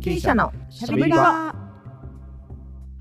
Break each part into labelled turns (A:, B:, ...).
A: 経営者のしゃべり場。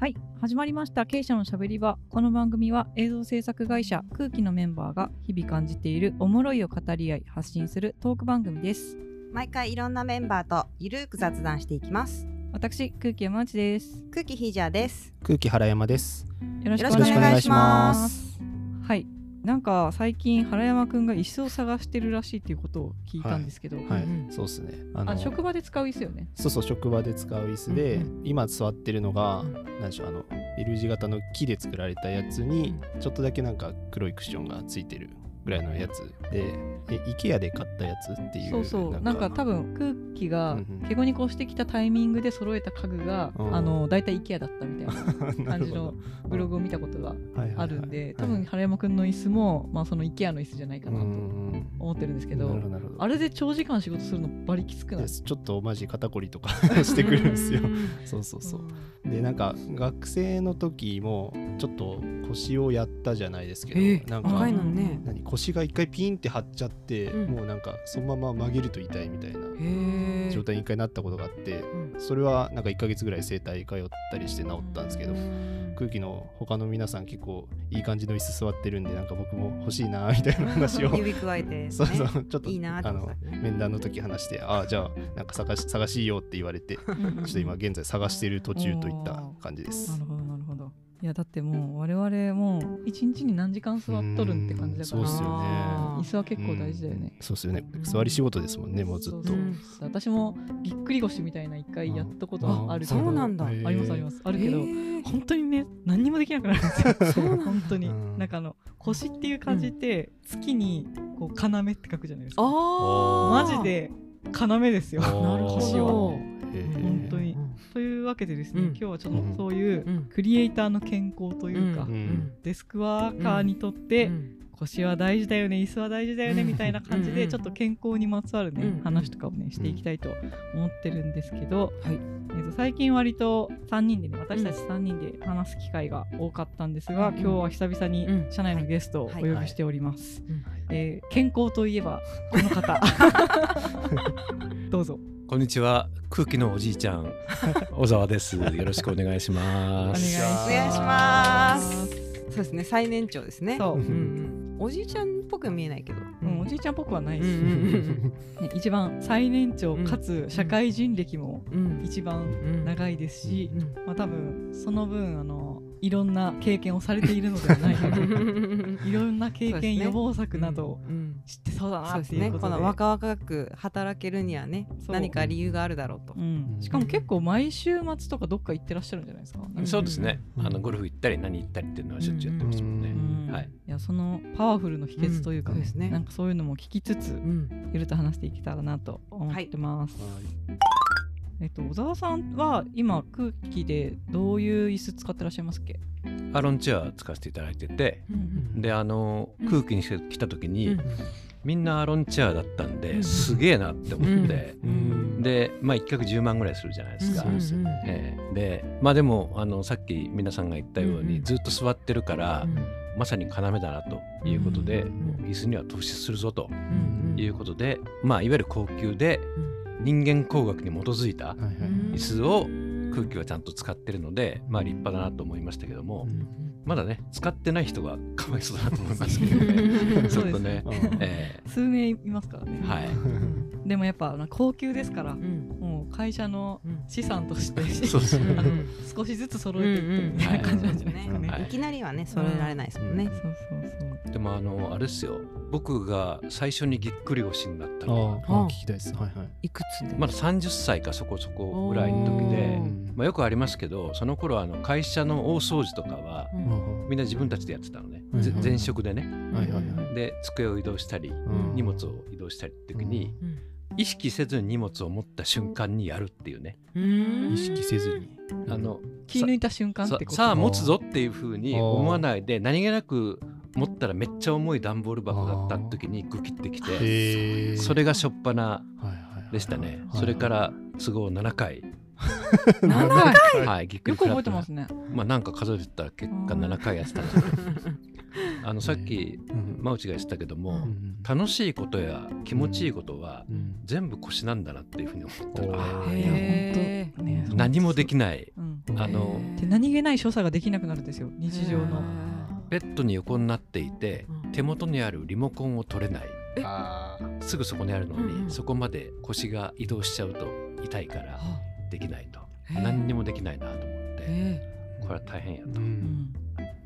B: はい始まりました経営者のしゃべり場この番組は映像制作会社空気のメンバーが日々感じているおもろいを語り合い発信するトーク番組です
C: 毎回いろんなメンバーとゆるく雑談していきます
B: 私空気山内です
C: 空気ヒージャーです
A: 空気原山です。
B: よろ
C: よろしくお願いしま
A: よろしくお願いします
B: はいなんか最近原山くんが椅子を探してるらしいっていうことを聞いたんですけど、
A: はい、
C: うんうん
A: そうですね。あ
B: あ職場で使う椅子よね
A: そうそう職場で使う椅子で、
C: う
A: 今座ってるのが、
C: う
A: なんでしょうあの L 字型の木で作られたやつに、ちょっとだけなんか黒いクッションがついてるぐらいのやつで、え IKEA で買ったやつっていう。
B: そうそうなんか多分空気が
A: うんうん
B: 毛ゴニコしてきたタイミングで揃えた家具が、
A: うん
B: あの大体 IKEA だったみたいな
A: な
B: 感
A: る
B: じ
A: ほど
B: のブログを見たことが
A: はいはいはい
B: あるんで、多
A: は
B: 分
A: い
B: 原山くんの椅子も、まあ、その IKEA の椅子じゃないか
A: うん
B: な
A: う
B: と
A: んうん
B: 思ってるんですけど,、
A: なるほどなるほど
B: あれで長時間仕事するのバリきつくない
A: でちょっとマジ肩こりとか してくるんですよ。そうそうそう。でなんか学生の時もちょっと腰をやったじゃないですけど、
C: えー
A: なん
C: 若
A: か
C: いのね
A: 何腰が一回ピンって張っちゃって、
C: うん
A: もうなんかそのまま曲げると痛いみたいな
C: へ
A: 状態に一回なったことがあって、
C: ん
A: それはなんか1ヶ月ぐらい整体通ったりして治ったんですけど、空気の他の皆さん結構いい感じの椅子座ってるんでなんか僕も欲しいなみたいな話 を、
C: 指加えて、ね、
A: そうそうちょっと
C: いいなーって
A: あ
C: ことだ
A: の
C: ね
A: 面談の時話してああじゃあなんか探し探しいよって言われて
B: うんうんうん
A: ちょっと 今現在探してる途中といった感じです
B: な。るほどなるほどいやだってもう我々もう一日に何時間座っとるんって感じだから
A: うんそうっすよね。
B: 椅子は結構大事だよね、
A: うんそうですよね。座り仕事ですもんね、もうずっと。
B: そう。そう私もぎっくり腰みたいな一回やったことはあるけ
C: うん
B: ど
C: そうなんだ
B: ありますありますすあるけど、
C: へー
B: 本当にね何にもできなくなるんですよ
C: そうなんだ
B: 本当に、
A: うん
B: なんかあの腰っていう感じって、月にこう要って書くじゃないですか
C: あ
B: マ
C: ー
B: ジで要ですよ
A: あー
C: なるほ
B: 腰
C: ど
B: は
A: へー
B: 本当にというわけでですね、
C: うん
B: 今日はちょっ
A: うん
B: とそういう
C: うん
B: クリエイターの健康というか、
C: うん
A: うん
B: デスクワーカーにとって、腰は大事だよね椅子は大事だよね、
C: うん
B: みたいな感じ
C: うんう
B: で
C: ん
B: ちょっと健康にまつわるね、
C: うん
B: 話とかをねしていきたいと思ってるんですけど、
C: はい
B: えー、と最近割と3人でね私たち3人で話す機会が多かったんですが、
C: うん
B: 今日は久々に
C: うん
B: 社内のゲストをお
C: はい
B: 呼びしております、
C: うん
B: えー健康といえばこ の方どうぞ
D: こんにちは空気のおじいちゃん小沢ですよろしくお願いし
B: お
D: ま
B: 願い
D: す
B: します
C: お願いしますそうですね最年長ですね
B: そ
C: う
B: う、
C: んうんおじいちゃんっぽくは見えないけど、
B: うん、おじいちゃんっぽくはないです、
C: うんうん
B: ね一番最年長
C: うん
B: かつ社会人歴も
C: うん
B: 一番
C: うん
B: 長いですし、
C: うん
B: まあ、多分その分あのいろんな経験をされているのではないかと いろんな経
C: そうです
B: 験
C: ね
B: 予防策などを
C: うん
B: 知ってそうだ
C: そ
B: な
C: う
B: っ
C: です
B: てい
C: ね
B: うこ
C: こと
B: で
C: の若々く働けるにはね
B: そう
C: 何か理由があるだろうと
B: うん、しかも結構毎週末とかどっか行ってらっしゃるんじゃないですか、
C: ん
D: そうですね、
A: うん
D: あのゴルフ行ったり何行ったりっていうのはしょっちゅうやってますもんね、
B: うん
D: はい、
B: いやそのパワフルの秘訣というか、
C: うんそうですね
B: なんかそういうのも聞きつつ
C: うん
B: ゆると話していけたらなと思ってます、
A: はい
B: えっと小沢さんは今空気でどういう椅子使ってらっしゃいますっけ、
D: アロンチェア使わせていただいてて
C: うん
D: であの
C: うん
D: 空気に来た時に、
C: うん
D: みんなアロンチェアだったんで、
C: うん
D: すげえなって思って、
A: うん
D: でまあ一角10万ぐらいするじゃないですか、
A: そうですよね
D: ええでまあでもあのさっき皆さんが言ったように、
C: うんうん
D: ずっと座ってるから、まさに要だなということで、
C: うん
D: もう椅子には投資するぞと
C: うん
D: いうことで、まあいわゆる高級で人間工学に基づいた
A: はいはい
D: 椅子を空気はちゃんと使ってるので、まあ立派だなと思いましたけども、まだね使ってない人がかわいそうだなと思いますけどねちょっとね
A: そうですね、
D: え
B: 数名いますからね、
D: えはい
B: うんでもやっぱあの高級ですから、もう会社の資産として
D: そうですね
B: あの少しずつ揃えていってみたいな感じなんじゃないですか
A: う
B: ね。
A: んうん
D: はい
C: いきなりはね揃えられないですもんね
B: そうそうそう。
D: でもあのあれですよ僕が最初にぎっくり腰になった
A: あ
D: のは
A: ーあー聞きたいです。はいはい。
C: いくつで
D: まだ30歳かそこそこぐらいの時
C: お
D: で
C: ー、
D: まあ、よくありますけどその頃はあの会社の大掃除とかはみんな自分たちでやってたのね、
A: はい
D: ぜ
A: はい
D: 前職でね
A: はいはいはい
D: で机を移動したり
A: うん
D: 荷物を移動したりって時に、意識せずに荷物を持った瞬間にやるっていうね、
A: 意識せずに。
D: あの
B: 気抜いた瞬間っ
D: さ
B: てこと。
D: さあ持つぞっていうふうに思わないで何気なく持ったらめっちゃ重い段ボール箱だった時にグキってき
A: へ
D: て
A: ー。
D: それが初っ端
A: はいはいはい
D: でしたね
A: はい
D: それから都合7回、
C: 長い
D: はい、ぎっく
B: よ
D: り
B: く覚えて
D: な
B: ますね。
D: まあなんか数えてたら結果7回やってたんですけどあのさっき
A: うん
D: まあ、内が言ってたけども、
B: うん
D: 楽しいことや気持ちいいことは
A: うん
D: 全部腰なんだなっていうふうに思った
A: お
D: ら
A: ー
D: あ
A: い
E: や
B: へー
E: 本当ね
D: ー何もできない
B: うん
D: あの
B: で何気ない所作ができなくなるんですよ日常の
D: ベッドに横になっていて
E: うん
D: 手元にあるリモコンを取れない
E: え
A: あー
D: すぐそこにあるのに、
E: うんうん
D: そこまで腰が移動しちゃうと痛いから
E: あ
D: できないと
E: へー
D: 何にもできないなと思って、
E: え
D: これは大変や
A: う
D: と、
A: ん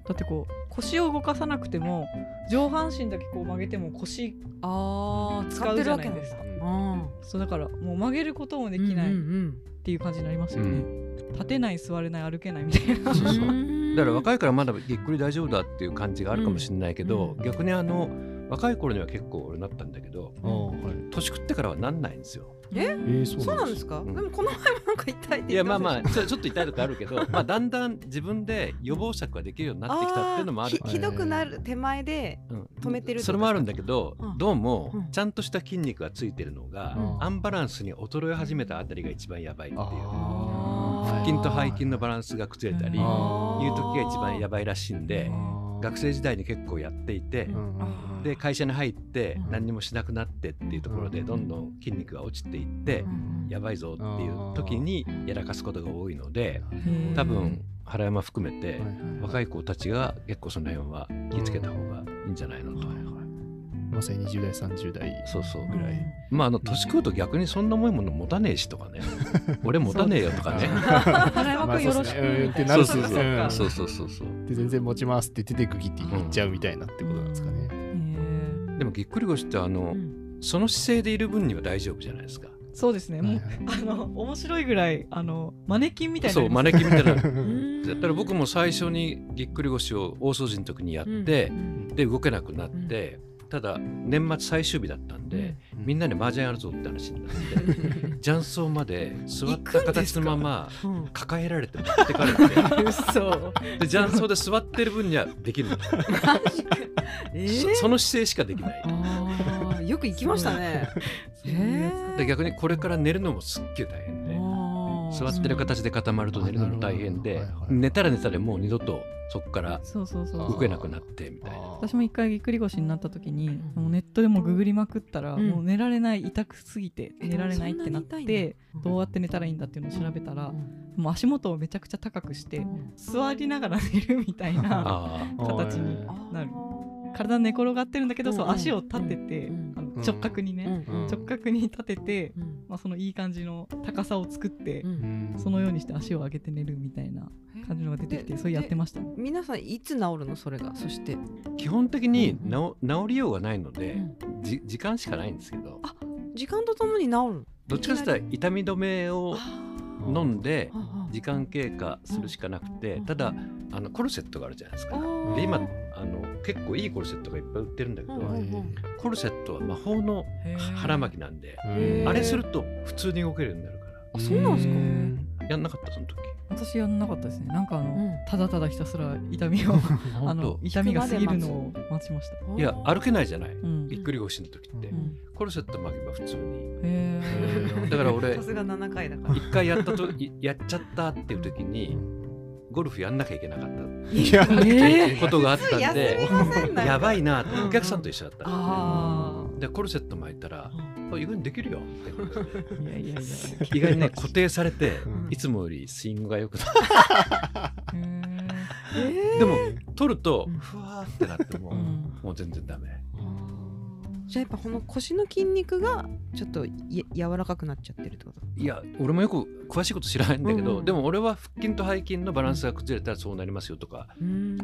B: だってこう腰を動かさなくても上半身だけこう曲げても腰
E: ーあー
B: 使
E: 使って
B: うじ
E: る
B: ゃ
E: わ
B: な
E: け
B: い
E: なんだ
B: ですか
E: あ
B: そうだからもう曲げることも
E: ー
B: できない
E: うん
B: っ
E: うん
B: ていう感じになります
D: う
B: よね、
D: ん
B: 立てない座れない歩けないみたいな
D: そうそう
E: うん
D: だから若いからまだぎっくり大丈夫だっていう感じがあるかもしれないけど、
E: うんうん
D: 逆にあの若い頃には結構俺なったんだけど
A: あーはい
D: 年食ってからはなんないんですよ。
A: えーそ
E: そう
A: うな
E: なんん
A: で
E: ですすか、
D: うん
E: でもこの前もなんか痛いって
D: い
E: 言
D: や
E: って
D: まあ
E: たじゃ
D: ま
E: な
D: あちょちょっと痛いとこあるけどまあだんだん自分で予防策ができるようになってきたっていうのもある
A: あー
C: ひひどくなる手前で
D: うん
C: 止めてるってことですか
D: それもあるんだけど、
E: うん
D: どうも
E: うん
D: ちゃんとした筋肉がついてるのが、
A: うん
D: アンバランスに衰え始めたあたりが一番やばいっていう
A: あー
D: 腹筋と背筋のバ
A: ラ
D: ランスが崩れた
B: う
D: り
B: ん
D: いう
A: あー
D: 時が一番やばいらしいんで
A: あー
D: 学生時代に結構やっていて
A: う、んうんうん
D: で会社に入って
E: うん
D: 何にもしなくなってっていうところで
A: うん
D: どんどん筋肉が落ちていって
E: うん
D: やばいぞっていう時にやらかすことが多いので
E: うん
D: 多分原山含め
A: は
D: て
A: いはいはい
D: 若い子たちが結構その辺は気をつけた方がいいんじゃないのと。
A: まさに20代30代
D: そうそう
A: ぐらい
D: まああの年食うと逆にそんな重いもの持たねえしと かね俺持たねえよとかね
B: 原山君よろしく、
A: うんってな
D: そう
A: る
D: そう
A: う
D: そ
A: ん
D: う そうそうそうそ う
A: で全然持ちますって出てくぎって言っちゃうみたいなってことなんですかね。
B: へー
D: でもぎっくり腰ってあの、
E: うん
D: その姿勢でいる分には大丈夫じゃないですか
B: そうですね、
A: はい
B: もうあの面白いぐらいあのマネキンみたいにな
D: そ
B: り
D: うマ
B: ます
D: ネキンみたいな
A: は
D: だったら僕も最初にぎっくり腰を大掃除の時にやっ
E: うん
D: て
E: う、ん
D: で動けなくなって、ただ年末最終日だったんで、
A: うん
D: みんなで麻雀やるぞって話にな って 雀荘まで座った
E: 行くんで
D: 形
E: すか
D: のまま
E: うん
D: 抱えられて持ってかれて
E: 嘘
D: で雀荘で座ってる分にはできるの、
E: え
D: そその姿勢しかできない
E: あーよく行きましたねえー
D: で逆にこれから寝るのもすっげえ大変で
E: あー
D: 座ってる形で固まると寝るのも大変
A: あ
D: で、
A: なるほどはいはい
D: 寝たら寝たらもう二度とそこから
B: そうそうそう
D: 動けなくなってみたいな
A: あー
B: 私も一回ぎっくり腰になった時に
E: ん
B: もうネットでもググりまくったら、
E: うん
B: もう寝られない痛くすぎて
E: え
B: 寝られないってなっ
E: そんなに痛い
B: てどうやって寝たらいいんだっていうのを調べたら
E: う、ん
B: もう足元をめちゃくちゃ高くして座りながら寝るみたいな
D: あー
B: 形に
E: あー
B: なる体寝転がってるんだけど、そう
E: うんうん
B: 足を立てて、
E: うん
B: あの
A: うん
B: 直角にね、
A: うん
B: 直角に立てて、
E: うん
B: まあ、そのいい感じの高さを作って、
E: うん
A: うん
B: そのようにして足を上げて寝るみたいな感じのが出てきて
E: で
B: それやってましたね。
E: 皆さんいつ治るのそれがそして
D: 基本的に治治りようがないので、
E: う
D: じ時間しかないんですけど
E: 時間とともに治る
D: どっちかというと痛み止めを飲んで
E: あー
D: 時間経過するしかなくて
E: うん
D: ただあのコルセットがあるじゃないです
E: あ
D: か。
E: ー
D: で今あの結構いいコルセットがいっぱい売ってるんだけど、
E: うんうん
D: コルセットは魔法の
E: へー
D: 腹巻きなんで、
E: へー
D: あれすると普通に動けるようになるか
E: あそうなんですか
D: らやんなかったその時
B: 私やんなかったですねなんかあの、
E: うん
B: ただただひたすら痛みをあの
D: 本
B: 痛みが過ぎるのを待ちました。
D: 当いや歩けないじゃない
B: うん
D: ぎっくり腰の時って、
A: うん
B: うん
D: コルセット巻けば普通に
B: へ
A: へ ー
D: だから俺
C: さすが7回だから
D: 一回やったといやっちゃったっていう時にゴルフやんなきゃいけなかったって
A: いやなんか
D: いうことがあったん
C: 休
D: で
C: みませんな
D: やばいな
E: うん
D: お客さんと一緒だった
E: あ
D: でコルセット巻いたらあ意外にできるよって
B: ーいやいやいや。
D: 意外にね固定されて
A: うん
D: いつもよりスイングが良くなっ
E: え
B: へー
E: ー
D: てでも取ると
E: うん
D: ふわーってなっても
A: う
B: うん
D: もう全然ダメ
E: じゃあやっぱこの腰の筋肉がちょっとや柔らかくなっちゃってるってこと
D: いや俺もよく詳しいこと知らないんだけ
E: うん
D: ど
E: うん
D: でも俺は腹筋と背筋のバランスが崩れたらそうなりますよとか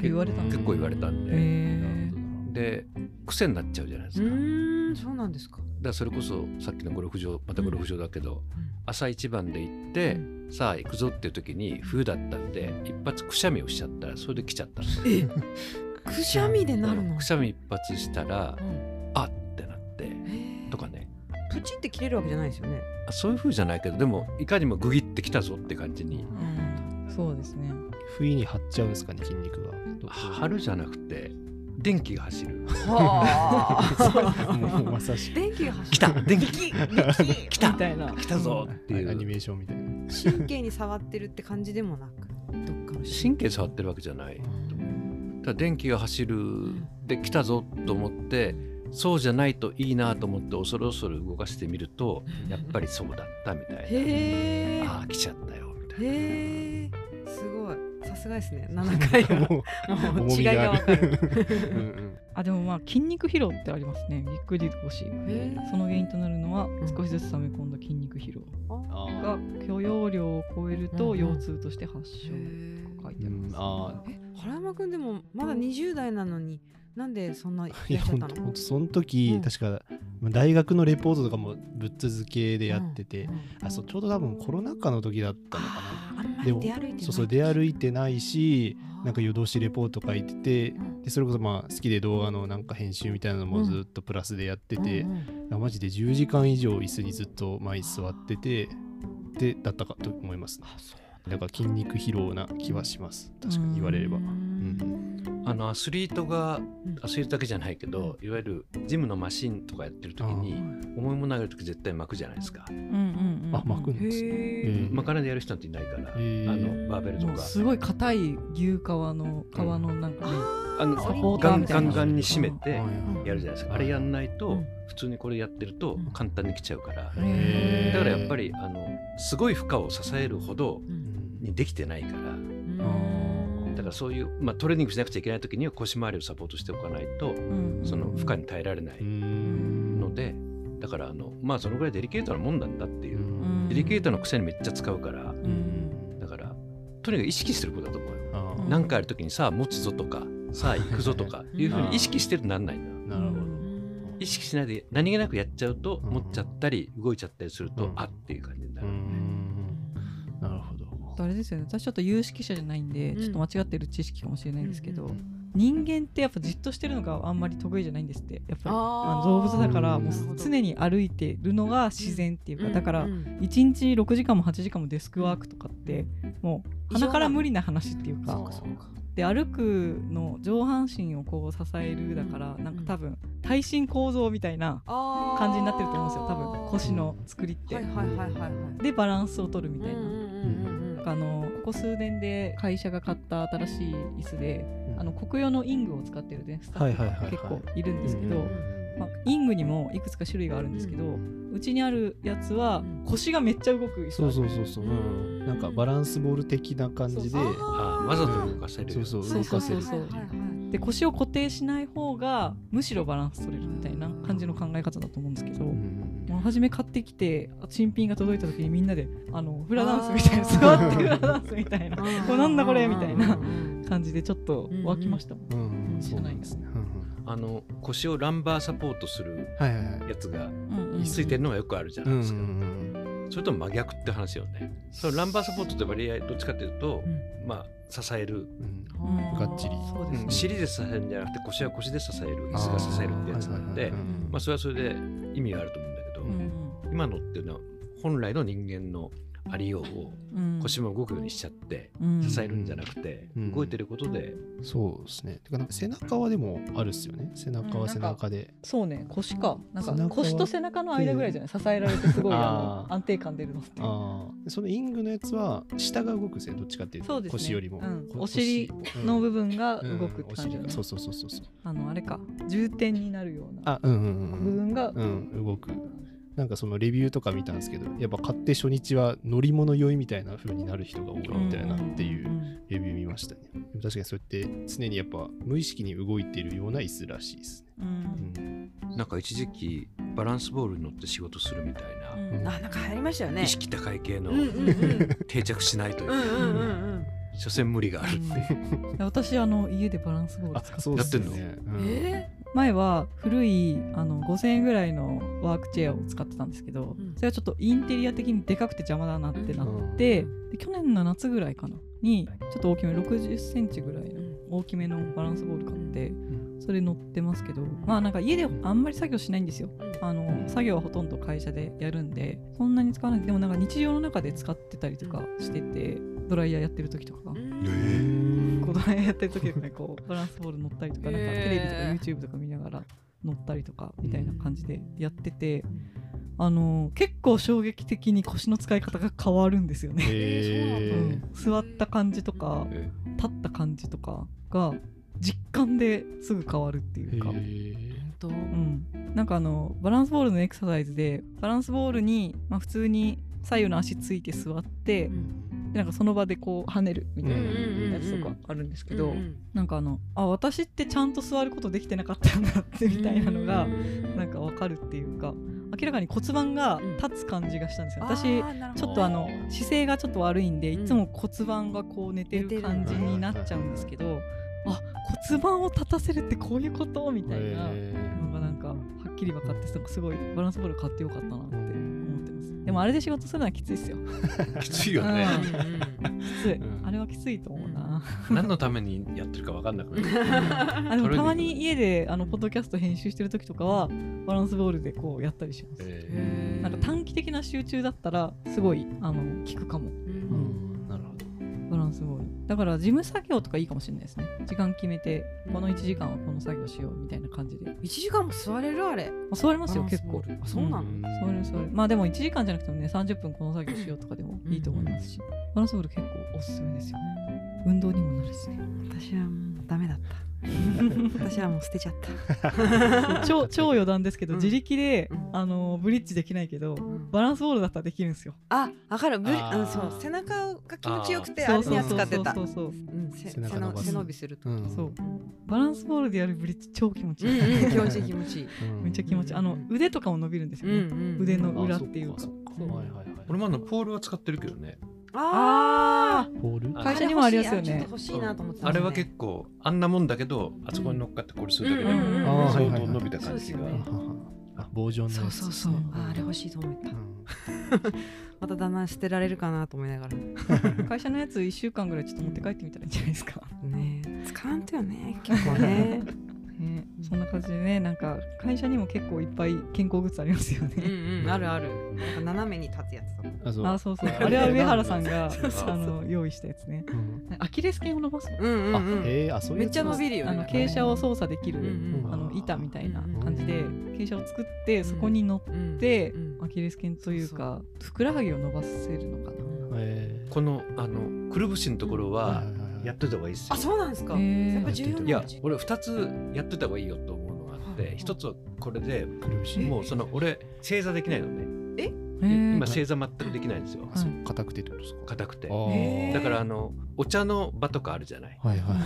B: 言われたんだ
D: 結構言われたん
B: へ
D: で
B: ー
D: で癖になっちゃうじゃないです
E: う
D: か
E: ーんそうなんですか。
D: だからそれこそさっきのゴルフ場またゴルフ場だけど、
E: ん
D: 朝一番で行って、
E: う
D: さあ行くぞっていう時に冬だったんで一発くしゃみをしちゃったらそれで来ちゃったの
E: くしゃみでなるの
D: く。しゃみ一発したら、
E: うん
D: あってなってとかね
E: プチって切れるわけじゃないですよね。
D: あそういう風じゃないけどでもいかにもグギってきたぞって感じに
B: うんそうですね。
A: 不意に張っちゃうんですかね筋肉が。
D: 張るじゃなくて電気が走る
A: もうまさしく。
E: 電気が走
D: 来た電気
E: き
D: 来た
B: みたいな。
D: 来たぞってい
A: アニ
D: う
A: メーションみたいな。
E: 神経に触ってるって感じでもなく、どっかの
D: 神経触ってるわけじゃないだから電気が走るで来たぞと思ってそうじゃないといいなと思って恐る恐る動かしてみるとやっぱりそうだったみたいな、
E: へえ
D: ああ来ちゃったよみたいな。
E: へえすごいさすがですね7回は
A: もう
E: もう
A: 重
E: 違
A: み
E: い
A: がある
E: がわかる
A: うんうん
B: あでもまあ筋肉疲労ってありますねぎっくり腰
E: へー
B: その原因となるのは
E: ん
B: 少しずつ溜め込んだ筋肉疲労
A: あ
B: が
A: ー
B: 許容量を超えると
E: うんうん
B: 腰痛として発症とか書いてあり
A: うん
B: ま
A: あ
E: え原山くんでもまだ20代なのになんでそんない
A: い
E: ら
A: や
E: っしゃ
A: 本
E: った
A: 当
E: の
A: 本当その時、
E: うん
A: 確かまあ大学のレポートとかもぶっ続けでやってて、あそうちょうど多分コロナ禍の時だったのか
E: あーあんま
A: で
E: り
A: も
E: 出歩いてない
A: なそうそう出歩いてないしなんか
E: よ
A: 夜通しレポート書いてて
E: ん
A: でそれこそまあ好きで動画のなんか編集みたいなのもずっとプラスでやってて、あマジで10時間以上椅子にずっと前に座っててでだったかと思いますね
E: あそう
A: だから筋肉疲労な気はします確かに言われれば
E: うーん
D: あのアスリートが
E: うん
D: アスリートだけじゃないけど、いわゆるジムのマシンとかやってる時に重いもの上げる時絶対巻くじゃないですか、
B: すうんうんうん
A: あ巻くんですね
E: へえ
A: うん
D: 巻かないでやる人なんていないから、
A: ー
D: あのバーベルと
B: も
D: か
B: うすごい硬い牛革の皮のなんかね、
D: あの
E: サポータ
D: ガ
E: ー
D: ン
E: みた
D: ガ
E: いな
D: ンガンに締め
A: はい
D: て
A: はい
D: やるじゃないですかあれやんないと、
E: うん
D: 普通にこれやってると
E: うん
D: 簡単に来ちゃうから、
B: ん
A: へー
D: だからやっぱりあのすごい負荷を支えるほどにできてないか
E: う
D: ら
A: あ
E: ん
D: だからそういう、まあ、トレーニングしなくちゃいけない時には腰回りをサポートしておかないと
B: うんうん
D: その負荷に耐えられないう
A: ーん
D: ので、だからあのまあそのぐらいデリケートなもんなんだっていう、
B: ん
D: デリケートのくせにめっちゃ使うから
A: うーん
D: だからとにかく意識することだと思うよ、
A: あ
B: うん
D: なんかある時にさあ持つぞとかさあ行くぞとかいうふうに意識してるとなんないんだ
A: ーなるほど
D: 意識しないで何気なくやっちゃうと
A: うん
D: 持っちゃったり動いちゃったりすると、
A: うん
D: あっていう感じにな
A: うー
D: る、
A: んなるほど
B: あとあれですよね私ちょっと有識者じゃないんで、
E: うん
B: ちょっと間違ってる知識かもしれないんですけど、
E: うんうん
B: 人間ってやっぱじっとしてるのがあんまり得意じゃないんですってやっぱり
E: あー
B: あの動物だから
A: うん
B: も
E: なるほ
B: う
E: ど
B: 常に歩いてるのが自然っていうか、だから
E: うんうん
B: 1日6時間も8時間もデスクワークとかってもう鼻から無理な話っていう
A: そ
B: か
A: うかそうか
B: で歩くの上半身をこう支えるだからなんか多分耐震構造みたいな
E: あー
B: 感じになってると思うんですよ多分腰の作りって
E: はい。はいはいはいはい
B: でバランスを取るみ
E: み
B: たいな。
E: な
B: あのここ数年で会社が買った新しい椅子で、あの国用のイングを使ってるねスタッフ
A: はいはいはい
B: が
A: はい
B: 結構いるんですけど、
A: うんうん
B: まあ、イングにもいくつか種類があるんですけど、うちにあるやつは腰がめっちゃ動く椅子
A: そ
B: なん
A: う
B: ですよ
A: そうそうそう、うんなんかバランスボール的な感じで
E: そう
D: ああわざと動かせるよ
A: そうそう
B: そうそうそ
A: 動
B: う
A: かせるってい
E: はいはい
B: で腰を固定しない方がむしろバランス取れるみたいな感じの考え方だと思うんですけど、
A: うん
B: まあ、初め買ってきて新品が届いた時にみんなであのフラダンスみたいな座ってフラダンスみたいな
E: はい
B: これなんだこれみたいな
E: うんうん
B: 感じでちょっと湧きましたもん、
A: うんうん
B: 知
A: そう
B: ら
A: な
B: ない
A: ん
B: ん
A: で
B: ですす
A: ね
B: ね。
A: うんうん
D: あの腰をランバーサポートする
A: はいはいはい。
D: やつが
B: うんうん
D: ついてるのがよくあるじゃ
A: う
D: ない
A: ん
D: で
A: う
D: すか、
A: んうん
D: それと真逆って話よねそのランバーサポートって割合どっちかっていうと、
E: う
D: まあ支える、
A: うん
B: うん
A: がっちり
B: そう
D: う
B: です
D: ん
B: ね
D: 尻で支えるんじゃなくて腰は腰で支える椅子が支えるってやつなん
A: あーはいはい
D: で
A: はい
D: まあそれはそれで意味があると思うんだけど、
B: うん
D: 今のっていうのは本来の人間のありようを
B: うんうん
D: 腰も動くようにしちゃって
B: うん
D: 支えるんじゃなくて、
A: うん
D: 動いてることで、
A: そうですね。てかなんか背中はでもあるっすよね。背中は背中で。
B: そうね腰かなん
A: 背中
B: か
A: は
B: 腰と背中の間ぐらいじゃない支えられてすごいあ
A: あー
B: の安定感出るのって
A: ああ。そのイングのやつは下が動くせどっちかっていう
B: そ
A: と
B: うですね
A: 腰よりも
B: うん。
A: こ
B: お尻
A: 腰
B: の
A: うん
B: 部分が動くって感じ
A: う
B: だ
A: んお尻
B: ね
A: がそうそうそうそうそう。
B: あのあれか重点になるような
A: あ、うんう
B: 部
A: ん
B: 分が
A: うん。うん、動く。なんかそのレビューとか見たんですけど、やっぱ買って初日は乗り物酔いみたいな風になる人が多いみたいなっていう
B: うん
A: レビュー見ましたね。でも確かにそうやって常にやっぱ無意識に動いてるような椅子らしいですね。
B: うん
D: なんか一時期バランスボールに乗って仕事するみたいな、
B: うん
A: うん
E: あなんか流行りましたよね
D: 意識高い系の
E: うんうんうん
D: 定着しないという
E: うん
D: か、
E: うんうん
D: 所詮無理があるってい
B: い
D: う。
B: や私あの家でバランスボール使って
A: そうっすよ
D: やって
A: ね。
E: うんえ
B: 前は古いあの5000円ぐらいのワークチェアを使ってたんですけど、
E: うん
B: それはちょっとインテリア的にでかくて邪魔だなってなって、で去年の夏ぐらいかなにちょっと大きめ6 0ンチぐらいの大きめのバランスボール買ってそれ乗ってますけどまあなんか家であんまり作業しないんですよあの、
A: うん
B: 作業はほとんど会社でやるんでそんなに使わないでもなんか日常の中で使ってたりとかしててドライヤーやってる時とか。こうドライヤーやってる時とかにこうバランスボール乗ったりとかなんか
E: へー
B: テレビとか YouTube とか見ながら乗ったりとかみたいな感じでやってて、あの結構衝撃的に腰の使い方が変わるんですよね、
A: へ
E: え
B: うん座った感じとか
D: え
B: 立った感じとかが実感ですぐ変わるっていうか、
A: え
E: と
B: うん、なんかあのバランスボールのエクササイズでバランスボールに、まあ、普通に左右の足ついて座って、でなんかその場でこう跳ねるみたいなやつとかあるんですけど、なんかあのあ私ってちゃんと座ることできてなかったんだってみたいなのがなんかわかるっていうか明らかに骨盤が立つ感じがしたんですよ。私ちょっとあの姿勢がちょっと悪いんで、
E: うん
B: いつも骨盤がこう寝てる感じになっちゃうんですけど、あ骨盤を立たせるってこういうことみたいなのがなんかはっきり分かってなんかすごいバランスボール買ってよかったなって思ってます。でもあれで仕事するのはきついですよ。
D: きつい よね。
B: きつい、
A: うん
B: あれはきついと思うな。
D: 何のためにやってるか分かんなくなる。
B: あでも
D: トレーニング
B: たまに家であのポッドキャスト編集してる時とかはバランスボールでこうやったりします。
D: え
B: なんか短期的な集中だったらすごいあの効くかも
A: なるほど
B: バランスボールだから事務作業とかいいかもしれないですね時間決めてこの1時間はこの作業しようみたいな感じで、ま
E: 一時間も座れるあれ。
B: あ、座れますよ
E: バラン
B: 結
E: スボ
B: 構
E: ールあそうなの。
A: うん
B: 座れる座れるまあでも1時間じゃなくてもね30分この作業しようとかでもいいと思いますし、バランスボール結構おすすめですよ運動にもなるしね
E: 私はもうダメだった。 私はもう捨てちゃった。
B: 超超余談ですけど、
E: うん
B: 自力で、
E: うん
B: あのブリッジできないけどバランスボールだったらできるんですよ
E: あ、わかる。ブリ、
A: あ
E: あ
A: ー
E: のそう背中が気持ちよくて
B: そ
E: あ
B: う
E: れ
B: そう
E: には使ってた
B: そ。うそう
E: うんせ
A: 背
E: 背
A: 中伸ば
E: の
A: す
E: 背伸びすると。
A: うん
B: そうバランスボールでやるブリッジ超気持ち
E: う
B: い
E: ん
B: い、
E: うん気持ちいい気持 ちいい。
A: うん
B: めっちゃ気持ちいいあの腕とかも伸びるんですよね、
E: ん
B: 腕の裏っていう
A: あ
B: か
A: そっそっはいはいはい
D: 俺もあのポールは使ってるけどね。
E: ああ。
A: ポール
D: あ
B: 会社にもありますよね
E: ちょっと欲しいなと思ってた
D: あ
E: んです
D: れ
E: よね。
D: は結構あんなもんだけどあそこに乗っかってこれするだけで
E: うんうんうん
A: あー
D: 相当伸びた感じが
E: そうですよね
A: あ棒状の
E: そう
A: やつ
E: そ
A: で
E: う
A: す
E: そう
A: ね。
E: あーあれ欲しいと思った
A: う。ん
E: また旦那捨てられるかなと思いながら。
B: 会社のやつ1週間ぐらいちょっと持って帰ってみたらいいんじゃないですか、
E: ね使わんとよね結構 ね
B: ね、そんな感じでねなんか会社にも結構いっぱい健康グッズありますよね、
E: んうんあるあるなんか斜めに立つやつとか
A: あそう
B: あそうそうあれは上原さんが
D: そうそう
B: あの用意したやつね
A: うん
B: アキレス腱を伸ばす
E: うんう
A: あへえあそういう
E: め
A: やつ
E: っちゃ伸びるよね
B: あの傾斜を操作でき
E: う
B: る、
E: ん
A: うん
B: あの板みたいな
E: うん
B: 感じで傾斜を作ってそこに乗
E: うんうん
B: って
E: うん
B: アキレス腱というかふくらはぎを伸ばせるのか
A: え
D: このあのくるぶしのところ
A: ー
D: は
A: はいはいはい
D: やっといた方がいいですよ
E: あ。そうなんですか
B: な、
E: や
B: へ
E: っぱ重要なんだ
D: いや俺2つやっといた方がいいよと思うのがあっ
E: は
D: て
E: い
D: 一つはこれで
A: くるぶし
D: もうその俺正座できないのね
B: え
D: 今
B: ー
D: 正座全くできないんですよ
A: あそう硬くてってことですか
D: 硬くて
A: あー
E: へー
D: だからあのお茶の場とかあるじゃない
A: はいはい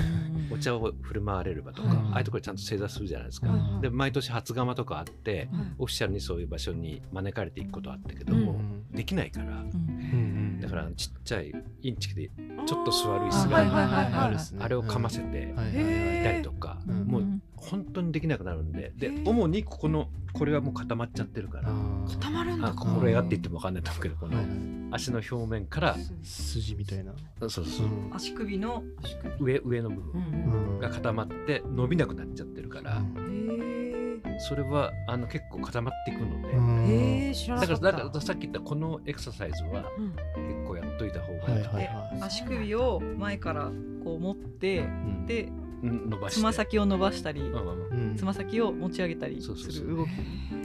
D: お茶を振る舞われる場とか
E: はい
D: ああいうところでちゃんと正座するじゃないです
A: う
D: か
A: ん
D: で毎年初釜とかあって
B: うん
D: オフィシャルにそういう場所に招かれていくことあったけど
A: う
D: も
A: ん
D: できないから
B: うん
A: うん
D: だからちっちゃいインチキでちょっと座る椅
E: 椅
D: 子が
E: はいはいはい
A: あ
E: は
A: るっ
E: い
A: すね
D: あれをかませて
A: はいはいはい
E: へ
D: やったりとか
A: うん
D: もう本当にできなくなるんでで
E: へー
D: 主にここのこれはもう固まっちゃってるから
A: あー
E: 固まるん
D: あ
E: だ
D: ここれやって言っても分かんないと思うけどこ
A: は
D: の
A: いは
D: 足の表面から
A: い筋みたいな
D: そうそう
A: うん
B: 足首の足首
D: 上上の部
E: う
D: 分
E: ん
A: うん
D: が固まって伸びなくなっちゃってるから
E: うん
D: それはあの結構固まっていくので
A: うん
E: へえ知らな
D: だ
E: か
D: か
E: っ
D: ら
E: た
D: だからさっき言ったこのエクササイズは
E: うん
D: 結構やっといた方
A: はい
D: が
A: はい
D: い
A: はい
B: 足首を前からこう持って
A: うん
B: で
D: うん伸ばして
B: つま先を伸ばしたり
D: うんうん
A: うん
B: つま先を持ち上げたりす
D: そうそうそう
B: る動き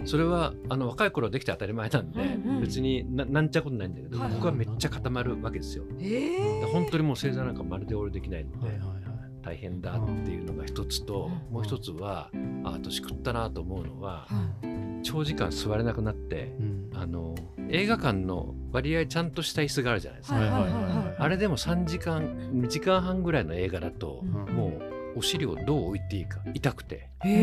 D: それはあの若い頃はできて当たり前なんで
E: うんうん
D: 別にななんちゃことないんだけど
E: はい
D: ここはめっちゃ固まるわけですよ
E: へえ
D: で本当にもう正座なんかまるで俺できないの
A: はい
D: で
A: はいはい
D: 大変だっていうのが一つと
E: う
D: もう一つはあ年食ったなと思うのは
E: は
D: 長時間座れなくなって
A: うん
D: あの映画館の割合ちゃんとした椅子があるじゃないですか、
A: はいはいはい
E: はい
D: あれでも3時間2時間半ぐらいの映画だと、
A: うん
D: もうお尻をどう置いていいか痛くて
E: へ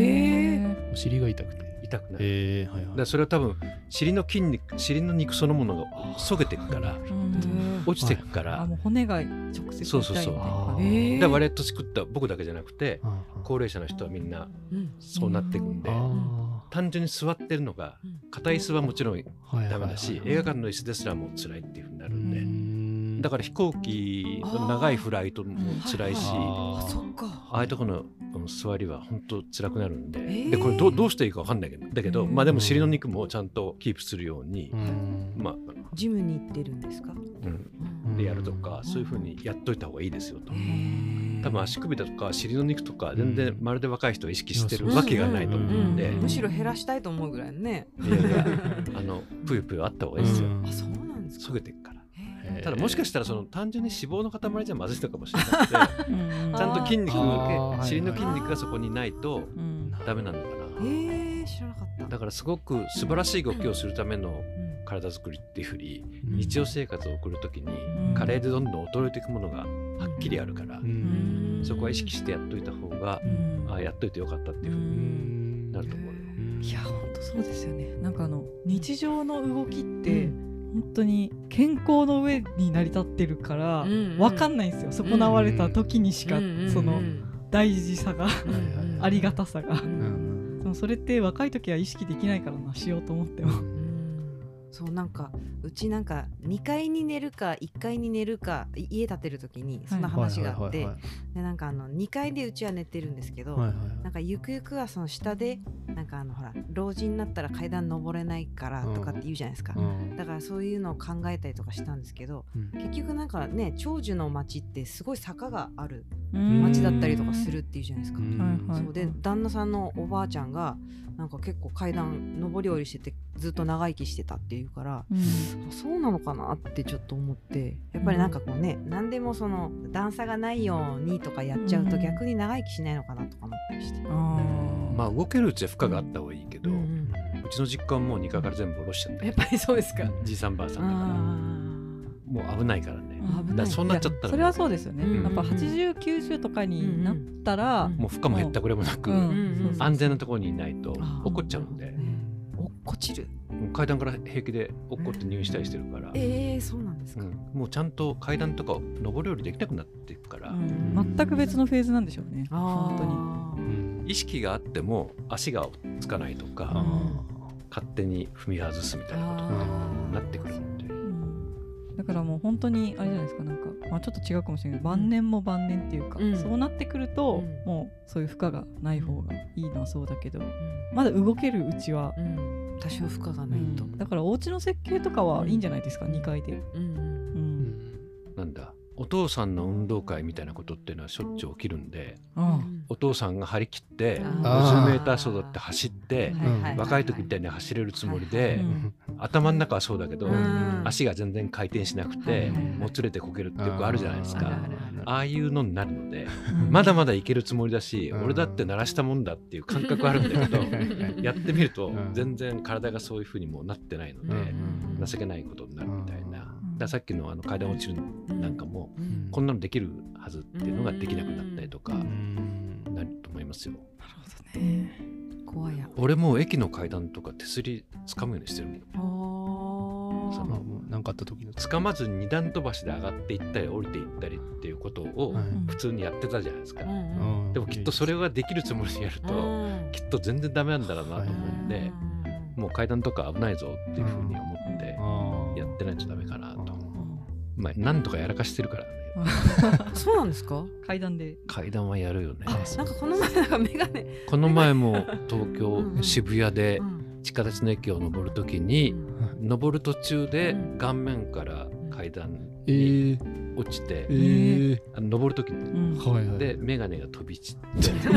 E: え
A: お尻が痛くて
D: 痛くない、
A: えーはいは
D: だから
A: い
D: それは多分尻の筋肉尻の肉そのものがそげていくから
B: うん
D: 落ちていくから、
B: あもう骨が直接痛い
D: そうそうそう
A: あ
B: みたいな
A: ー
E: へえ
D: で割と作った僕だけじゃなくて
A: うんうん
D: 高齢者の人はみんな
E: うん
D: そうなっていくんで
A: あ
D: 単純に座ってるのが
E: うん
D: 硬い椅子はもちろん
A: ーはいはいはい
D: ダメだし映画館の椅子ですらもう辛いっていうふうになるんで、
A: うん
D: だから飛行機の長いフライトも辛いし
A: あー
E: あそっか
D: ああいうとこのうん座りは本当辛くなるんで,、
E: ー
D: でこれどうどうしていいか分かんないけどだけど、
B: うん
D: まあでも尻の肉もちゃんとキープするように、まあ
E: ジムに行ってるんですか
D: うん、
A: うん
D: でやるとか、そういうふうにやっといた方がいいですよと、
E: へ
D: 多分足首だとか尻の肉とか全
A: う
D: 然
A: ん
D: まるで若い人は意識してるわけがないと思うんで、
A: うんうん
E: むしろ減らしたいと思うぐらいね
D: いやいやあのぷよぷよあった方がいいですよ、
A: うん
E: あそうなんです
D: そ
E: か
D: げてっから
E: へ
A: へー
D: ただもしかしたらその単純に脂肪の塊じゃまずいのかもしれな くてち
B: うん
D: ゃんと筋肉
A: あー
D: 尻の筋肉がそこにないと
B: うん
D: ダメなのか
E: えー、知らなかっ
D: な
E: た。
D: だからすごく素晴らしい動きをするための体作りっていうふうに
A: うん
D: 日常生活を送るときに
B: うん
D: 加齢でどんどん衰えていくものがはっきりあるから
A: うん
B: うん
D: そこは意識してやっといた方が
B: うん
D: あやっといてよかったっていうふう
A: う
D: に
A: ん
D: なると思うよ。
A: うん
B: いや本当そうですよねなんかあの日常の動きって本当に健康の上に成り立ってるから、
F: うんうん
B: わかんないんですよ損なわれた時にしか、その大事さが、ありがたさが
A: うんうん
B: でもそれって若い時は意識できないからなしようと思っても
E: そうなんかうちなんか2階に寝るか1階に寝るかい家建てる時にそんな話があって、
A: はい
E: でなんかあの2階でうちは寝てるんですけど、
A: はいはい
E: なんかゆくゆくはその下でなんかあのほら老人になったら階段登れないからとかって言うじゃないですか、
A: はいうん
E: だからそういうのを考えたりとかしたんですけど
A: うん
E: 結局なんかね長寿の町ってすごい坂がある
A: 街
E: 町だったりとかするっていうじゃないですか。
A: うん
B: はいはい
E: そうで旦那さんのおばあちゃんがなんか結構階段上り下りしててずっと長生きしてたっていうから
B: うん
E: あそうなのかなってちょっと思ってやっぱりなんかこうね、何でもその段差がないようにとかやっちゃうと
B: うん
E: 逆に長生きしないのかなとか思ったりして。
B: あー
D: まあ動けるうちは負荷があった方がいいけど、
E: う
D: うん
E: うん
D: ちの実家はもう2階から全部下ろしちゃった
F: やっぱりそうですか。
D: じいさんばあさんだか
E: あ
D: らもう危ないからね
B: う
E: ー
B: ん
E: 危
D: だか
E: な
D: ら
E: い
D: そうなっちゃったら
B: それはそうですよね、
E: うん
B: やっぱ8090とかになったら、
E: うん
D: もう負荷も減ったくれもなく、
B: うん
E: うんうん
D: 安全なところにいないと
E: あー
D: 落っこっちゃうんで、
E: 落っこちる
D: もう階段から平気で落っこって入院したりしてるから、
E: ええー、そうなんです
D: う
E: か、
D: んもうちゃんと階段とか上り下りできなくなっていくから、
B: うん全く別のフェーズなんでしょうね本
E: 当
A: う
E: に
A: ん
D: 意識があっても足がつかないと
A: あ
D: か、
A: ー
D: 勝手に踏み外すみたいなことになってくるの
B: 当
D: で、
B: に、うんだからもう本当にあれじゃないですかなんか、まあ、ちょっと違うかもしれないけど晩年も晩年っていうか、
E: うん
B: そうなってくる
E: う
B: と、
E: ん
B: もうそういう負荷がない方がいいのはそうだけどまだ動けるうちは、
E: うん、多少負荷がないと、
B: だからお家の設計とかはいいんじゃないですか、2階で、
E: うん
B: うん
D: なんだお父さんの運動会みたいなことっていうのはしょっちゅう起きるんで
B: あ
D: お父さんが張り切って
A: あー
D: 50m 走だって走って
A: いはいはい
D: 若い時みたいに走れるつもりで、
B: うん
D: 頭の中はそうだけど、
E: うん
D: 足が全然回転しなく
E: はいはい
D: て、
E: はい
D: もつれてこけるってよくあるじゃないです
F: あるあ
D: か
F: る。
D: ああいうのになるので、
B: うん
D: まだまだいけるつもりだし、
A: うん
D: 俺だって鳴らしたもんだっていう感覚あるんだけ
A: はい は
D: ど、
A: いはい
D: やってみると
A: うん
D: 全然体がそういう風にもうなってないの
A: うん
D: で、
A: うん
D: 情けないことになるみたいな。だ
B: う
D: か
B: ん
D: らさっきのあの階段落ちるなんかも、
A: うん
D: こんなのできるはずっていうのができなくなったりとか
A: う、ん
D: なると思いますよ。
B: なるほどね
E: 怖いや
D: 俺もう駅の階段とか手すり掴むようにしてるもん。
E: あー
D: そ
A: まあ
D: の
A: もうなんかあった時の
D: つかまず二段飛ばしで上がっていったり降りていったりっていうことを
A: はい
B: ん
D: 普通にやってたじゃないですか、
E: うん
D: でもきっとそれができるつもりでやると
E: うん
D: きっと全然ダメなんだろうなと思うん
E: う
D: で
E: ん
D: もう階段とか危ないぞっていうふうに思ってや
A: や
D: ってないとダメかなと
B: うん
D: まあなんとかやらかしてるからね
E: そうなんですか
B: 階段で
D: 階段はやるよね
E: あなんかこの前なんかメガネ、
D: この前も東京
E: うん
D: 渋谷で
E: ん
D: 地下鉄の駅を登る時に登る途中で
E: うん
D: 顔面から階段
A: え
D: に
A: ー
D: 落ちて
A: えー
D: あの登る時に
B: うん
A: はいはい
D: で眼鏡が飛び散って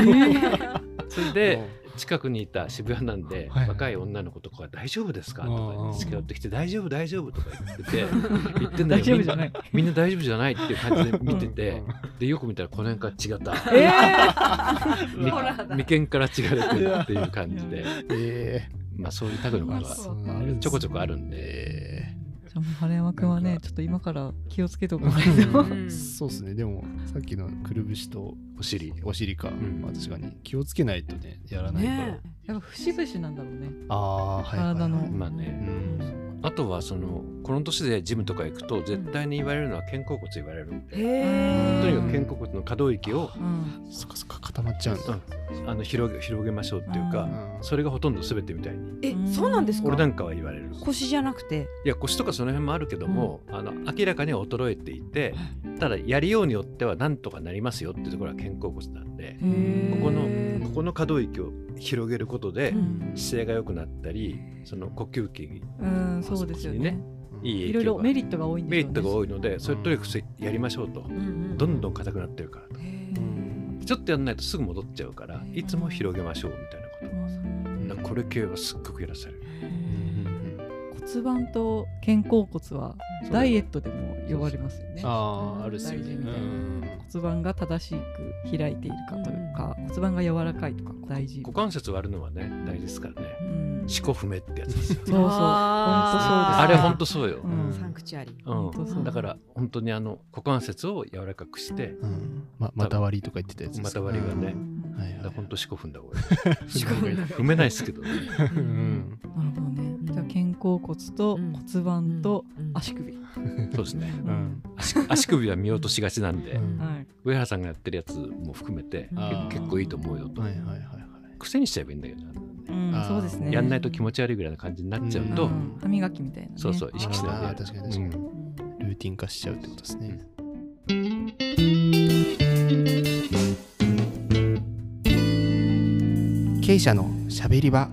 D: それ
A: うん
D: で近くにいた渋谷なんで、
A: はい
D: 若い女の子とかが大丈夫ですか?」と
A: うんうん
D: か近寄ってきて「大丈夫大丈夫」とか言って て言ってんだ
B: 大
D: け
B: 丈
D: ど
B: 夫じゃない
D: みんな大丈夫じゃないっていう感じで見てて
A: うん
D: でよく見たらこの 辺から違った
B: えー
D: み眉間から違れてるっていう感じで
A: え
D: まあそういうタグのこと
A: ー
D: が
A: そうなるんですね
D: ちょこちょこあるんで。
A: え
B: じゃあもう晴山くんはねちょっと今から気をつけておかない
E: うん
B: と
E: うん
A: ーそうですねでもさっきのくるぶしと
D: お尻
A: お尻か、
D: ん
A: まあ確かに気をつけないとねやらないから、
E: ね
B: やっぱ節々なんだろうね
A: ああーはいはいはい
B: 体の
D: まあ
A: う
D: ね
A: ん
D: あとはそのこの年でジムとか行くと絶対に言われるのは肩甲骨言われるん
E: え
D: で
E: へ
D: とに
E: ー
D: かく肩甲骨の可動域を
B: うん
A: そっかそっか固まっちゃうんだ、
D: あの広げ広げましょうっていう
B: う
D: か
A: うん
D: それがほとんど全てみたいに
E: えそうなんですか
D: 俺なんかは言われる
E: 腰じゃなくて
D: いや腰とかその辺もあるけども、あの明らかには衰えていてただやりようによってはなんとかなりますよっていうところは肩甲骨なんで
E: へー
D: ここのここの可動域を広げることで
E: うん
D: 姿勢が良くなったりその呼吸器に
B: うんそうですよね
D: いい
B: いろい
D: 影響
B: ろ
D: が
B: メリットが多いんで
D: メ
B: す
D: リ
B: よ
D: ッ
B: ね
D: トが多いのでそれとにかくやりましょうとどんどん硬くなってるからと
A: うん
D: ちょっとやんないとすぐ戻っちゃうからいつも広げましょうみたいなことだからこれ系はすっごくいらっしゃる
A: うん
B: 骨盤と肩甲骨は
E: そう
B: ダイエットでも呼ばれますよね。
A: あああるっすよ
E: 大
A: ね
E: 事
A: う
E: みたいなん
B: 骨盤が正しく開いているかというか、骨盤が柔らかいとか大事。
D: 股関節割るのはね大事ですからね
B: うん、そう
D: 四股不明ってやつですよ
B: そう、
E: あー
D: あ
B: 本
D: れ
B: 当
D: ほ
B: そうん
D: とそうよ
B: う、ん
E: サンクチュアリ。
D: うん
B: 本当そう
D: だから本当にあの股関節を柔らかくして
A: うんままた割りとか言ってたやつです
D: また割りがね
A: うんはいはい
D: だからほんと四股踏んだ方がいい
E: しかもなんか
D: 踏めないですけどね
A: うんうん
B: です。なるほどね。じゃあ肩甲骨と
E: うん
B: 骨盤と
E: うん
B: 足首。
D: そうで すね
A: うん
D: 足足首は見落としがちなんで、
A: うん
B: はい。
D: 上原さんがやってるやつも含めて
A: あー
D: 結構いいと思うよと
A: はいはいはいはい
D: 癖にしちゃえばいいんだけどな
B: うん
A: あ、ー
B: そうですね。
D: やんないと気持ち悪いぐらいな感じになっちゃう
B: う
D: と、
B: ん歯磨きみたいなね。
D: そうそう意識し
A: あ
D: ない
A: ー
D: で
A: 確かに確かに、
D: うん
A: ルーティン化しちゃうってことですね、経営者のしゃべり場、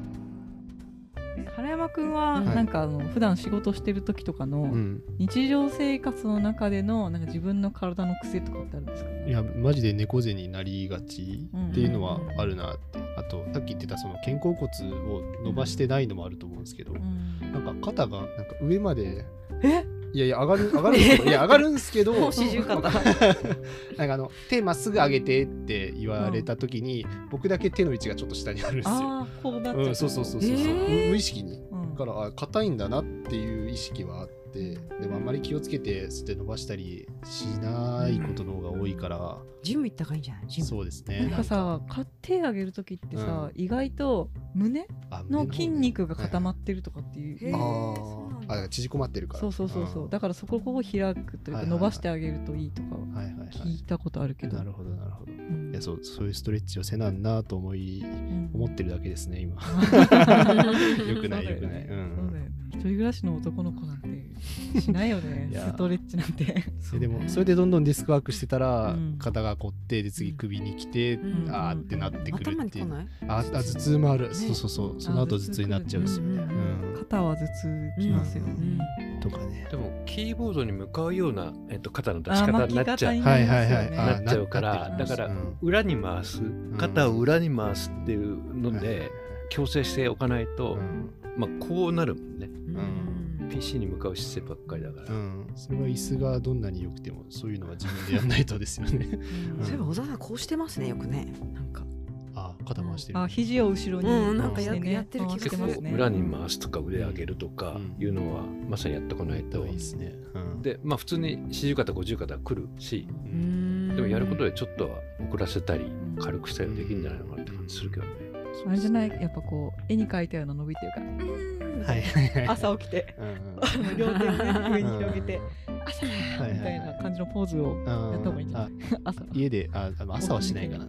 B: 原山くんは
E: うん
B: なんかあの普段仕事してる時とか
A: う
B: の
A: ん、
B: 日常生活の中でのなんか自分の体の癖とかってあるんですか
A: い
B: ね。
A: やマジで猫背になりがちっていうのはあるなって、あとさっき言ってたその肩甲骨を伸ばしてないのもあると思うんですけど、
B: うん
A: なんか肩がなんか上まで
B: え
A: いやいや上がる上がるんですけどいや上がるんですけど
E: もう 四十肩。
A: なんかあの手まっすぐ上げてって言われた時に、僕だけ手の位置がちょっと下にあるんですよ。
B: ああ、こうなっち
A: う
B: ゃ
A: ん、そうそうそうそう、
E: えー
A: 無意識に
B: うん
A: だからあ硬いんだなっていう意識はあってでもあんまり気をつけて捨て伸ばしたりしないことの方が多いから、
E: ジム行った方がいいんじゃない？ジム。
A: そうですね
B: なんかさ、か手上げる時ってさ、意外と胸
A: あ
B: の筋肉が固ま
A: っ
B: ってるとかっていう。
E: へ
A: あ
E: ー
A: ー
E: そうなん
A: あ
E: だ
A: あ縮こまってるから
B: そうそうそうそう。
A: ん
B: だからそこを開くという
A: はいはいはい
B: か伸ばしてあげるといいとか
A: はいはいはい
B: 聞いたことあるけど。
A: なるほどなるほどい
B: うん
A: やそうそういうストレッチをせなんなと思い
B: うん
A: 思っ てるだけですね今よくないよ
B: そうだよね
A: くないうん
B: そうだよね。一人暮らしの男の子なんてしないよね
A: い。や
B: ストレッチなんて。
A: ででもそれでどんどんデスクワークしてたら、
B: うん
A: 肩が凝ってで次首に来て、
E: うん
A: あーってなってくる
E: 頭
A: っ
E: に
A: て
E: 来
A: いう
E: ない？
A: ああ頭痛もある、
E: ね
A: そうそうそうその後頭痛になっちゃうし、
E: うん
A: う
E: うん
A: ん、
B: 肩は頭痛きますよね。
A: とかね
D: でもキーボードに向かうような、えっと、肩の出し
B: あー
D: 方
B: 巻
D: に
B: き
D: なっちゃ
B: 方
D: う、
B: に
A: は
B: ないり
A: は
B: ま
A: い
B: すよ
A: はい
B: ね。
A: あー
D: なっちゃうから
A: なって
B: だ
D: から
A: うん
D: 裏に回す肩を裏に回すっていうの
A: はいはいはい
D: で矯正しておかないと、
A: うん
D: まあ、こうなるもんね
E: うん
D: PC に向かう姿勢ばっかりだから、
A: うん、それは椅子がどんなに良くてもそういうのは自分でやんないとですよね
B: うん
E: そういえば小沢さんこうしてますねよくね。なんか。
A: あ肩回してる、
B: あ、肘を後ろに。
E: うんなん
A: かや
B: ね
E: やってる気が
B: 回し
E: す
B: て
E: る
B: ます
D: 結構
B: ね。
D: 裏に回すとか腕上げるとか
A: うん
D: いうのはまさにやってこないと、
A: いいですね、うん、
D: でまあ普通に40肩50肩来るし
A: う
E: うんん
D: でもやることでちょっとは遅らせたり
B: ん
D: 軽くしたりできるんじゃないのかなって感じするけどね、
B: あれじゃない、やっぱこう、絵に描いたような伸びっていう
A: はいはいはい
B: か、朝起 きて、
A: うんうん
B: 両手をね上に広げて
A: うん、
B: 朝み
A: はいはい
B: たいな感じのポーズを、
A: うん
B: やった方がいいんじゃな
A: あ
B: 朝。
A: 家でああの朝はしない かな、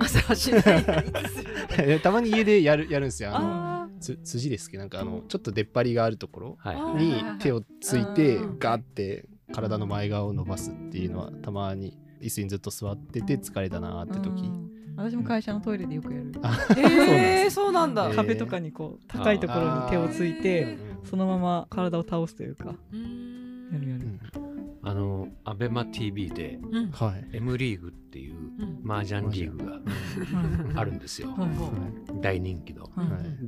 E: 朝走らないのにいつするの
A: うん たまに家でやるやるんです よあの
B: あ
A: つ辻ですけどなんかあのちょっと出っ張りがあるところ
D: はい
E: あー
A: に手をついて
E: うん
A: ガーって体の前側を伸ばすっていうのはたまに椅子にずっと座ってて疲れたなーって
B: う
A: 時
B: ん私も会社のトイレでよくやる。
A: あ
E: えーそうなんだ
A: えー。
B: 壁とかにこう高いところに手をつい
E: あ
B: て
E: ー
B: そのまま体を倒すというか
E: うん
B: やるやる、
A: うん
D: あの ABEMATV で
E: うん
A: はい
D: M リーグっていう
E: うん
D: 麻雀リーグがあるんですよ
B: はいはい
D: 大人気の。
A: はい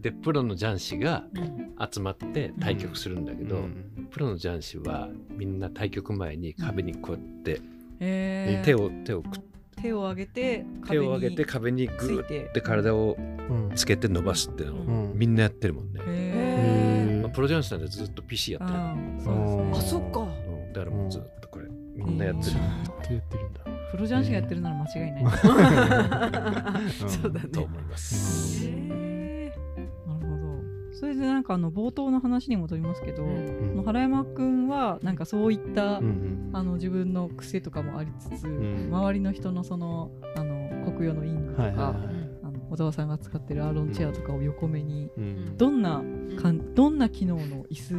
D: でプロの雀士が
E: うん
D: 集まって対局するんだけど、
A: うん
D: プロの雀士はみんな対局前に壁にこうやって
B: えー
D: 手を手をくっ
B: 手を上げて
D: 手を上げて壁にグ
B: つい
D: ー
B: て
D: って体を
A: うん
D: つけて伸ばすっていうのを
A: うん
D: みんなやってるもんね。
B: え
E: へ
A: へ
D: まあ、
A: ー
D: プロ雀士なんてずっと PC や
B: ー
D: ってる
B: あ
D: ん
B: ーそう
A: うん
E: あ
B: です
E: そ
B: ね
E: っか。
D: だもん、うん、だからもうずっとこれみんなやって
A: ず
D: る
A: っ。とやってるんだ
B: プロ雀士がやってるなら間違いない、
E: そうだ
D: と
E: ね。
D: 思います。
B: えーなるほどそれでなんかあの冒頭の話に戻りますけど、
E: うん
A: うん
B: もう原山くんはなんかそういった、
A: うん
B: あの自分の癖とかもありつつ、
A: ん
B: 周りの人のそのあの国用のイングとか、
A: はいはいはい
B: あの小沢さんが使ってるアーロンチェアとかを横目に、
A: うん
B: どんなかんどんな機能の椅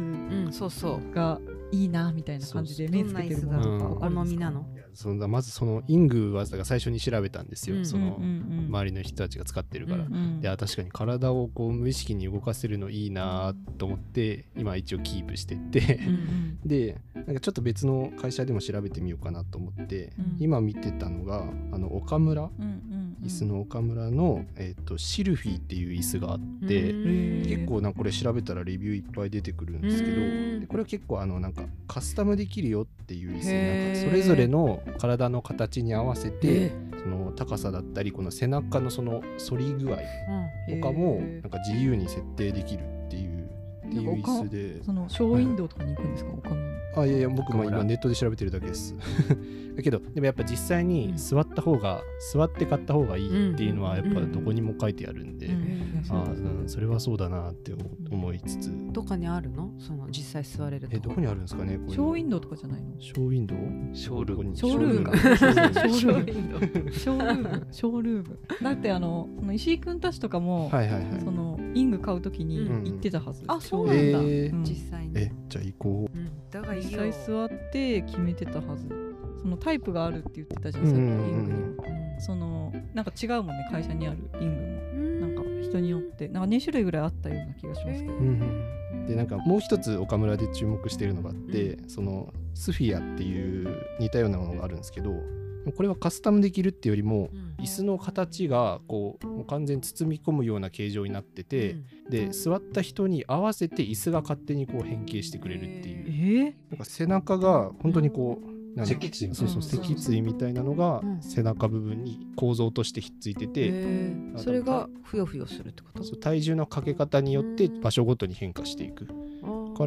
E: うんそうそう。
B: 子がいいなみたいな感じで目つけてるものとか
E: お
B: ある
E: 好
B: んです
E: み
B: か
E: なの。
A: そんなまずそのイングはだから最初に調べたんですよ、
E: うん
A: その
B: うんうんうん
A: 周りの人たちが使ってるから、
E: うん
A: いや確かに体をこう無意識に動かせるのいいなと思って今一応キープしてって
E: うん
A: でなんかちょっと別の会社でも調べてみようかなと思って、
B: うん
A: 今見てたのがあの岡村椅子の岡村の、えっとシルフィーっていう椅子があって、
E: うん
A: 結構なこれ調べたらレビューいっぱい出てくるんですけど、
E: うん
A: でこれは結構あのなんかカスタムできるよっていう椅子
E: へ
A: で
E: ー
A: なんかそれぞれの体の形に合わせ
E: え
A: てその高さだったりこの背中のその反り具合
B: へ
A: と
B: ー
A: かもなんか自由に設定できるっていうっていう椅子で
B: そのショーウィンドウとかに行くんですか岡村
A: あいやいや僕も
D: 岡村
A: 今ネットで調べてるだけです だけどでもやっぱ実際に座った方が、座って買った方がいいっていうのはやっぱどこにも書いてあるんで、
E: うん
A: あうん、それはそうだなって思いつつ、
E: どっかにあるのその実際座れる
A: え
E: と
A: ど
E: こ
A: こにあるんですかねこういう
B: ショーウィン
A: ド
B: ドウとかじゃないの
A: ショーウィンドウ
D: ショールー
A: こ
D: ム
A: こに
B: ショールームか
A: ショールーム
B: ショールーム
E: インド
B: ショールームショールームだってあのその石井君たちとかも、
A: はいはいはい
B: そのイング買うときに
E: うん
B: 行ってたはず、
E: あそう
A: え
E: なんだ
A: ー
B: うん
E: 実際に
A: えじゃあ行こ
E: うんだがいい
B: 実
E: よ
B: 際座って決めてたはずそのタイプがあるって言ってたじゃん
A: う
B: さ
A: ん
B: っきイ
A: うんうん
B: ングにもそのなんか違うもんね会社にあるイングも
E: うん
B: なんか人によってなんか2種類ぐらいあったような気がしますけど
A: う、うん、でなんかもう一つ岡村で注目しているのがあって、そのスフィアっていう似たようなものがあるんですけどこれはカスタムできるっていうよりも
E: うん
A: 椅子の形がこうもう完全に包み込むような形状になってて、で座った人に合わせて椅子が勝手にこう変形してくれるっていう、
E: へー
B: え
A: なんか背中が本当にこう、なんだ
D: 脊椎みた
A: そ
D: いうな
A: そう
E: うん
A: 脊椎みたいなのが
E: うん
A: 背中部分に構造としてひっついて
E: へ
A: て、
E: ーそれがふよふよするってこと
A: そう体重のかけ方によって場所ごとに変化していくか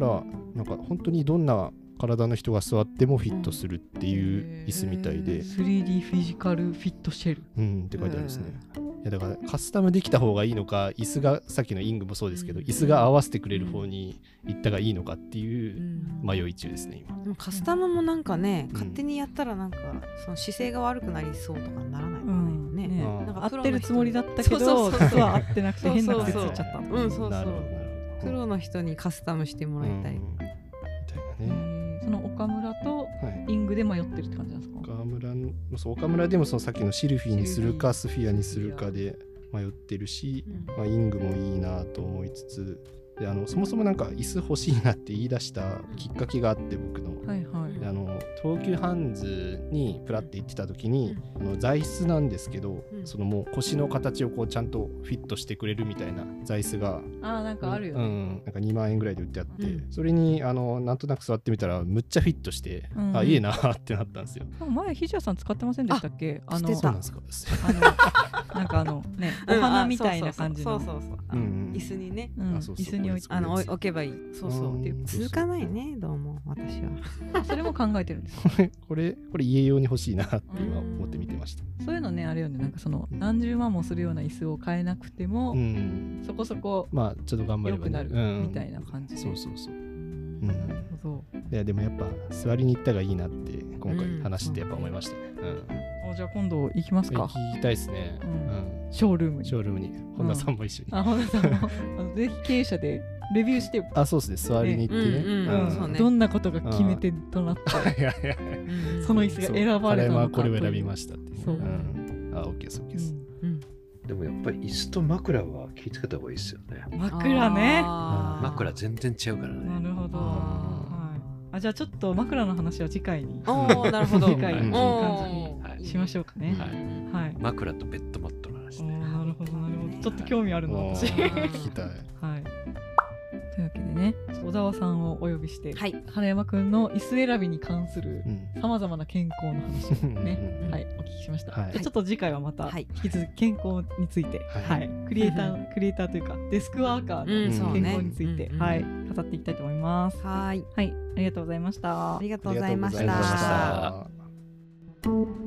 E: から
A: なんか本当にどんな体の人が座ってもフィットするっていう椅子みたいで、
B: 3D フィジカルフィットシェル
A: うんって書いてあるんですね。いやだからカスタムできた方がいいのか椅子がさっきのイングもそうですけど
E: うん
A: 椅子が合わせてくれる方に行ったがいいのかっていう迷い中ですね今。
E: でもカスタムもなんかね、
A: ん
E: 勝手にやったらなんかその姿勢が悪くなりそうとかならないの
B: うん
E: ね,、
B: ね
A: うん
E: なん
B: 合
E: かプロの人
B: ってるつもりだったけど
E: そうそうそう
B: 実は合ってなくて変な
E: そう
B: 癖つ
E: そう
B: いちゃった
E: うんそうそう
A: なるほどなる ほど
E: プロの人にカスタムしてもらいたい、
A: うんみたい
B: え
A: なね。
B: ーその岡村と
A: はい
B: イングで迷ってるって感じなんですか
A: 岡村のそう岡村でもそのさっきのシルフィーにするかス
E: シル
A: フ
E: フィー
A: ィアにするかで迷ってるし、
E: うん
A: まあ、イングもいいなと思いつつであのそもそもなんか椅子欲しいなって言い出したきっかけがあって僕の。
B: はいはい
A: であの東急ハンズにプラって行ってた時に、あの座椅子なんですけど、
E: うん
A: そのもう腰の形をこうちゃんとフィットしてくれるみたいな座椅子が
B: あーなんかあるよ
A: う
B: ね、
A: ん、なんか2万円ぐらいで売ってあって、
E: うん
A: それにあのなんとなく座ってみたらむっちゃフィットして、
B: うん
A: あいいなってなったんですよ。
B: でも前ひじやさん使ってませんでしたっけあの
E: して
A: そう
E: た
A: なんですか。
B: あのなんかあの ねお
E: うん
B: 花
E: あ
B: みたいな感じの
E: そうそうそうそうそう
A: うんうん
E: 椅子にね
B: うん
A: あそうそう
B: 椅子に置いて
E: あの
A: こ
E: お
A: れです
E: 置けばいいそうそう
A: うん
E: っていう続かないねどうも私は
B: あそれも考えてるんですか
A: これこれこれ家用に欲しいなって今思って見てました。
B: そういうのねあれよねなんかその何十万もするような椅子を買えなくても、
A: うん、
B: そこそこ
A: まあちょっと頑張れ
B: 良
A: ばね、
B: くなる
A: うん
B: みたいな感じで、
A: そうそうそう。
B: な
A: うん
B: るほど
A: いやでもやっぱ座りに行ったがいいなって今
E: う
A: 回
E: ん
A: 話してやっぱ思いましたね。うん。
B: おじゃあ今度行きます
A: 行
B: か
A: きたいですね。
B: う
A: うんん。
B: ショールームに
A: ショールームに本田さんも一緒に。
B: あ本田さんもあのぜひ経営者でレビューしてよ、
A: あそうですね。座りに行ってね。
E: ねうんうんそうね
B: どんなことが決め手となっ た
A: はいはいはい
B: その椅子が選ばれたのか
A: そう彼はこれを選びましたってね。
B: そう
A: うん。あオッケーですオッケーです。
D: でもやっぱり椅子と枕は気をつけた方がいいですよね。
B: 枕ね
E: あー
D: 枕全然違うか
B: な
D: らね。
B: るほど、
E: あ
B: はい、あじゃあちょっと枕の話は次回に
E: ーおーなるほど
B: 次回
A: うん
B: の
D: は
B: 感じ
D: い
B: にしましょうかね
D: はい
B: はい、
D: 枕とベッドマットの話
B: おー
D: ね。
B: なるほどなるほどちょっと興味あるの
A: お
B: 私
A: ー
B: は
A: 聞きたい。
B: いというわけでね小沢さんをお呼びして、
E: はい
B: 原山くんの椅子選びに関する
A: うん。
B: さまざまな健康の話をね、
A: うん
B: はい、お聞きしました、
A: はい
B: じゃあちょっと次回はまた
E: はい
B: 引き続き健康について、は
A: はいい
B: クリエイタークリエイターというかデスクワーカー
E: う
B: の
E: んそう
B: 健
E: ね
B: 康について、
E: うん
B: はい、語っていきたいと思います。
E: はーい
B: はい、ありがとうございました
E: ありがと
A: あ
E: う
A: り
E: ご
A: が
E: ざ
A: と
E: い
A: ござい
E: うまし
A: ましたた。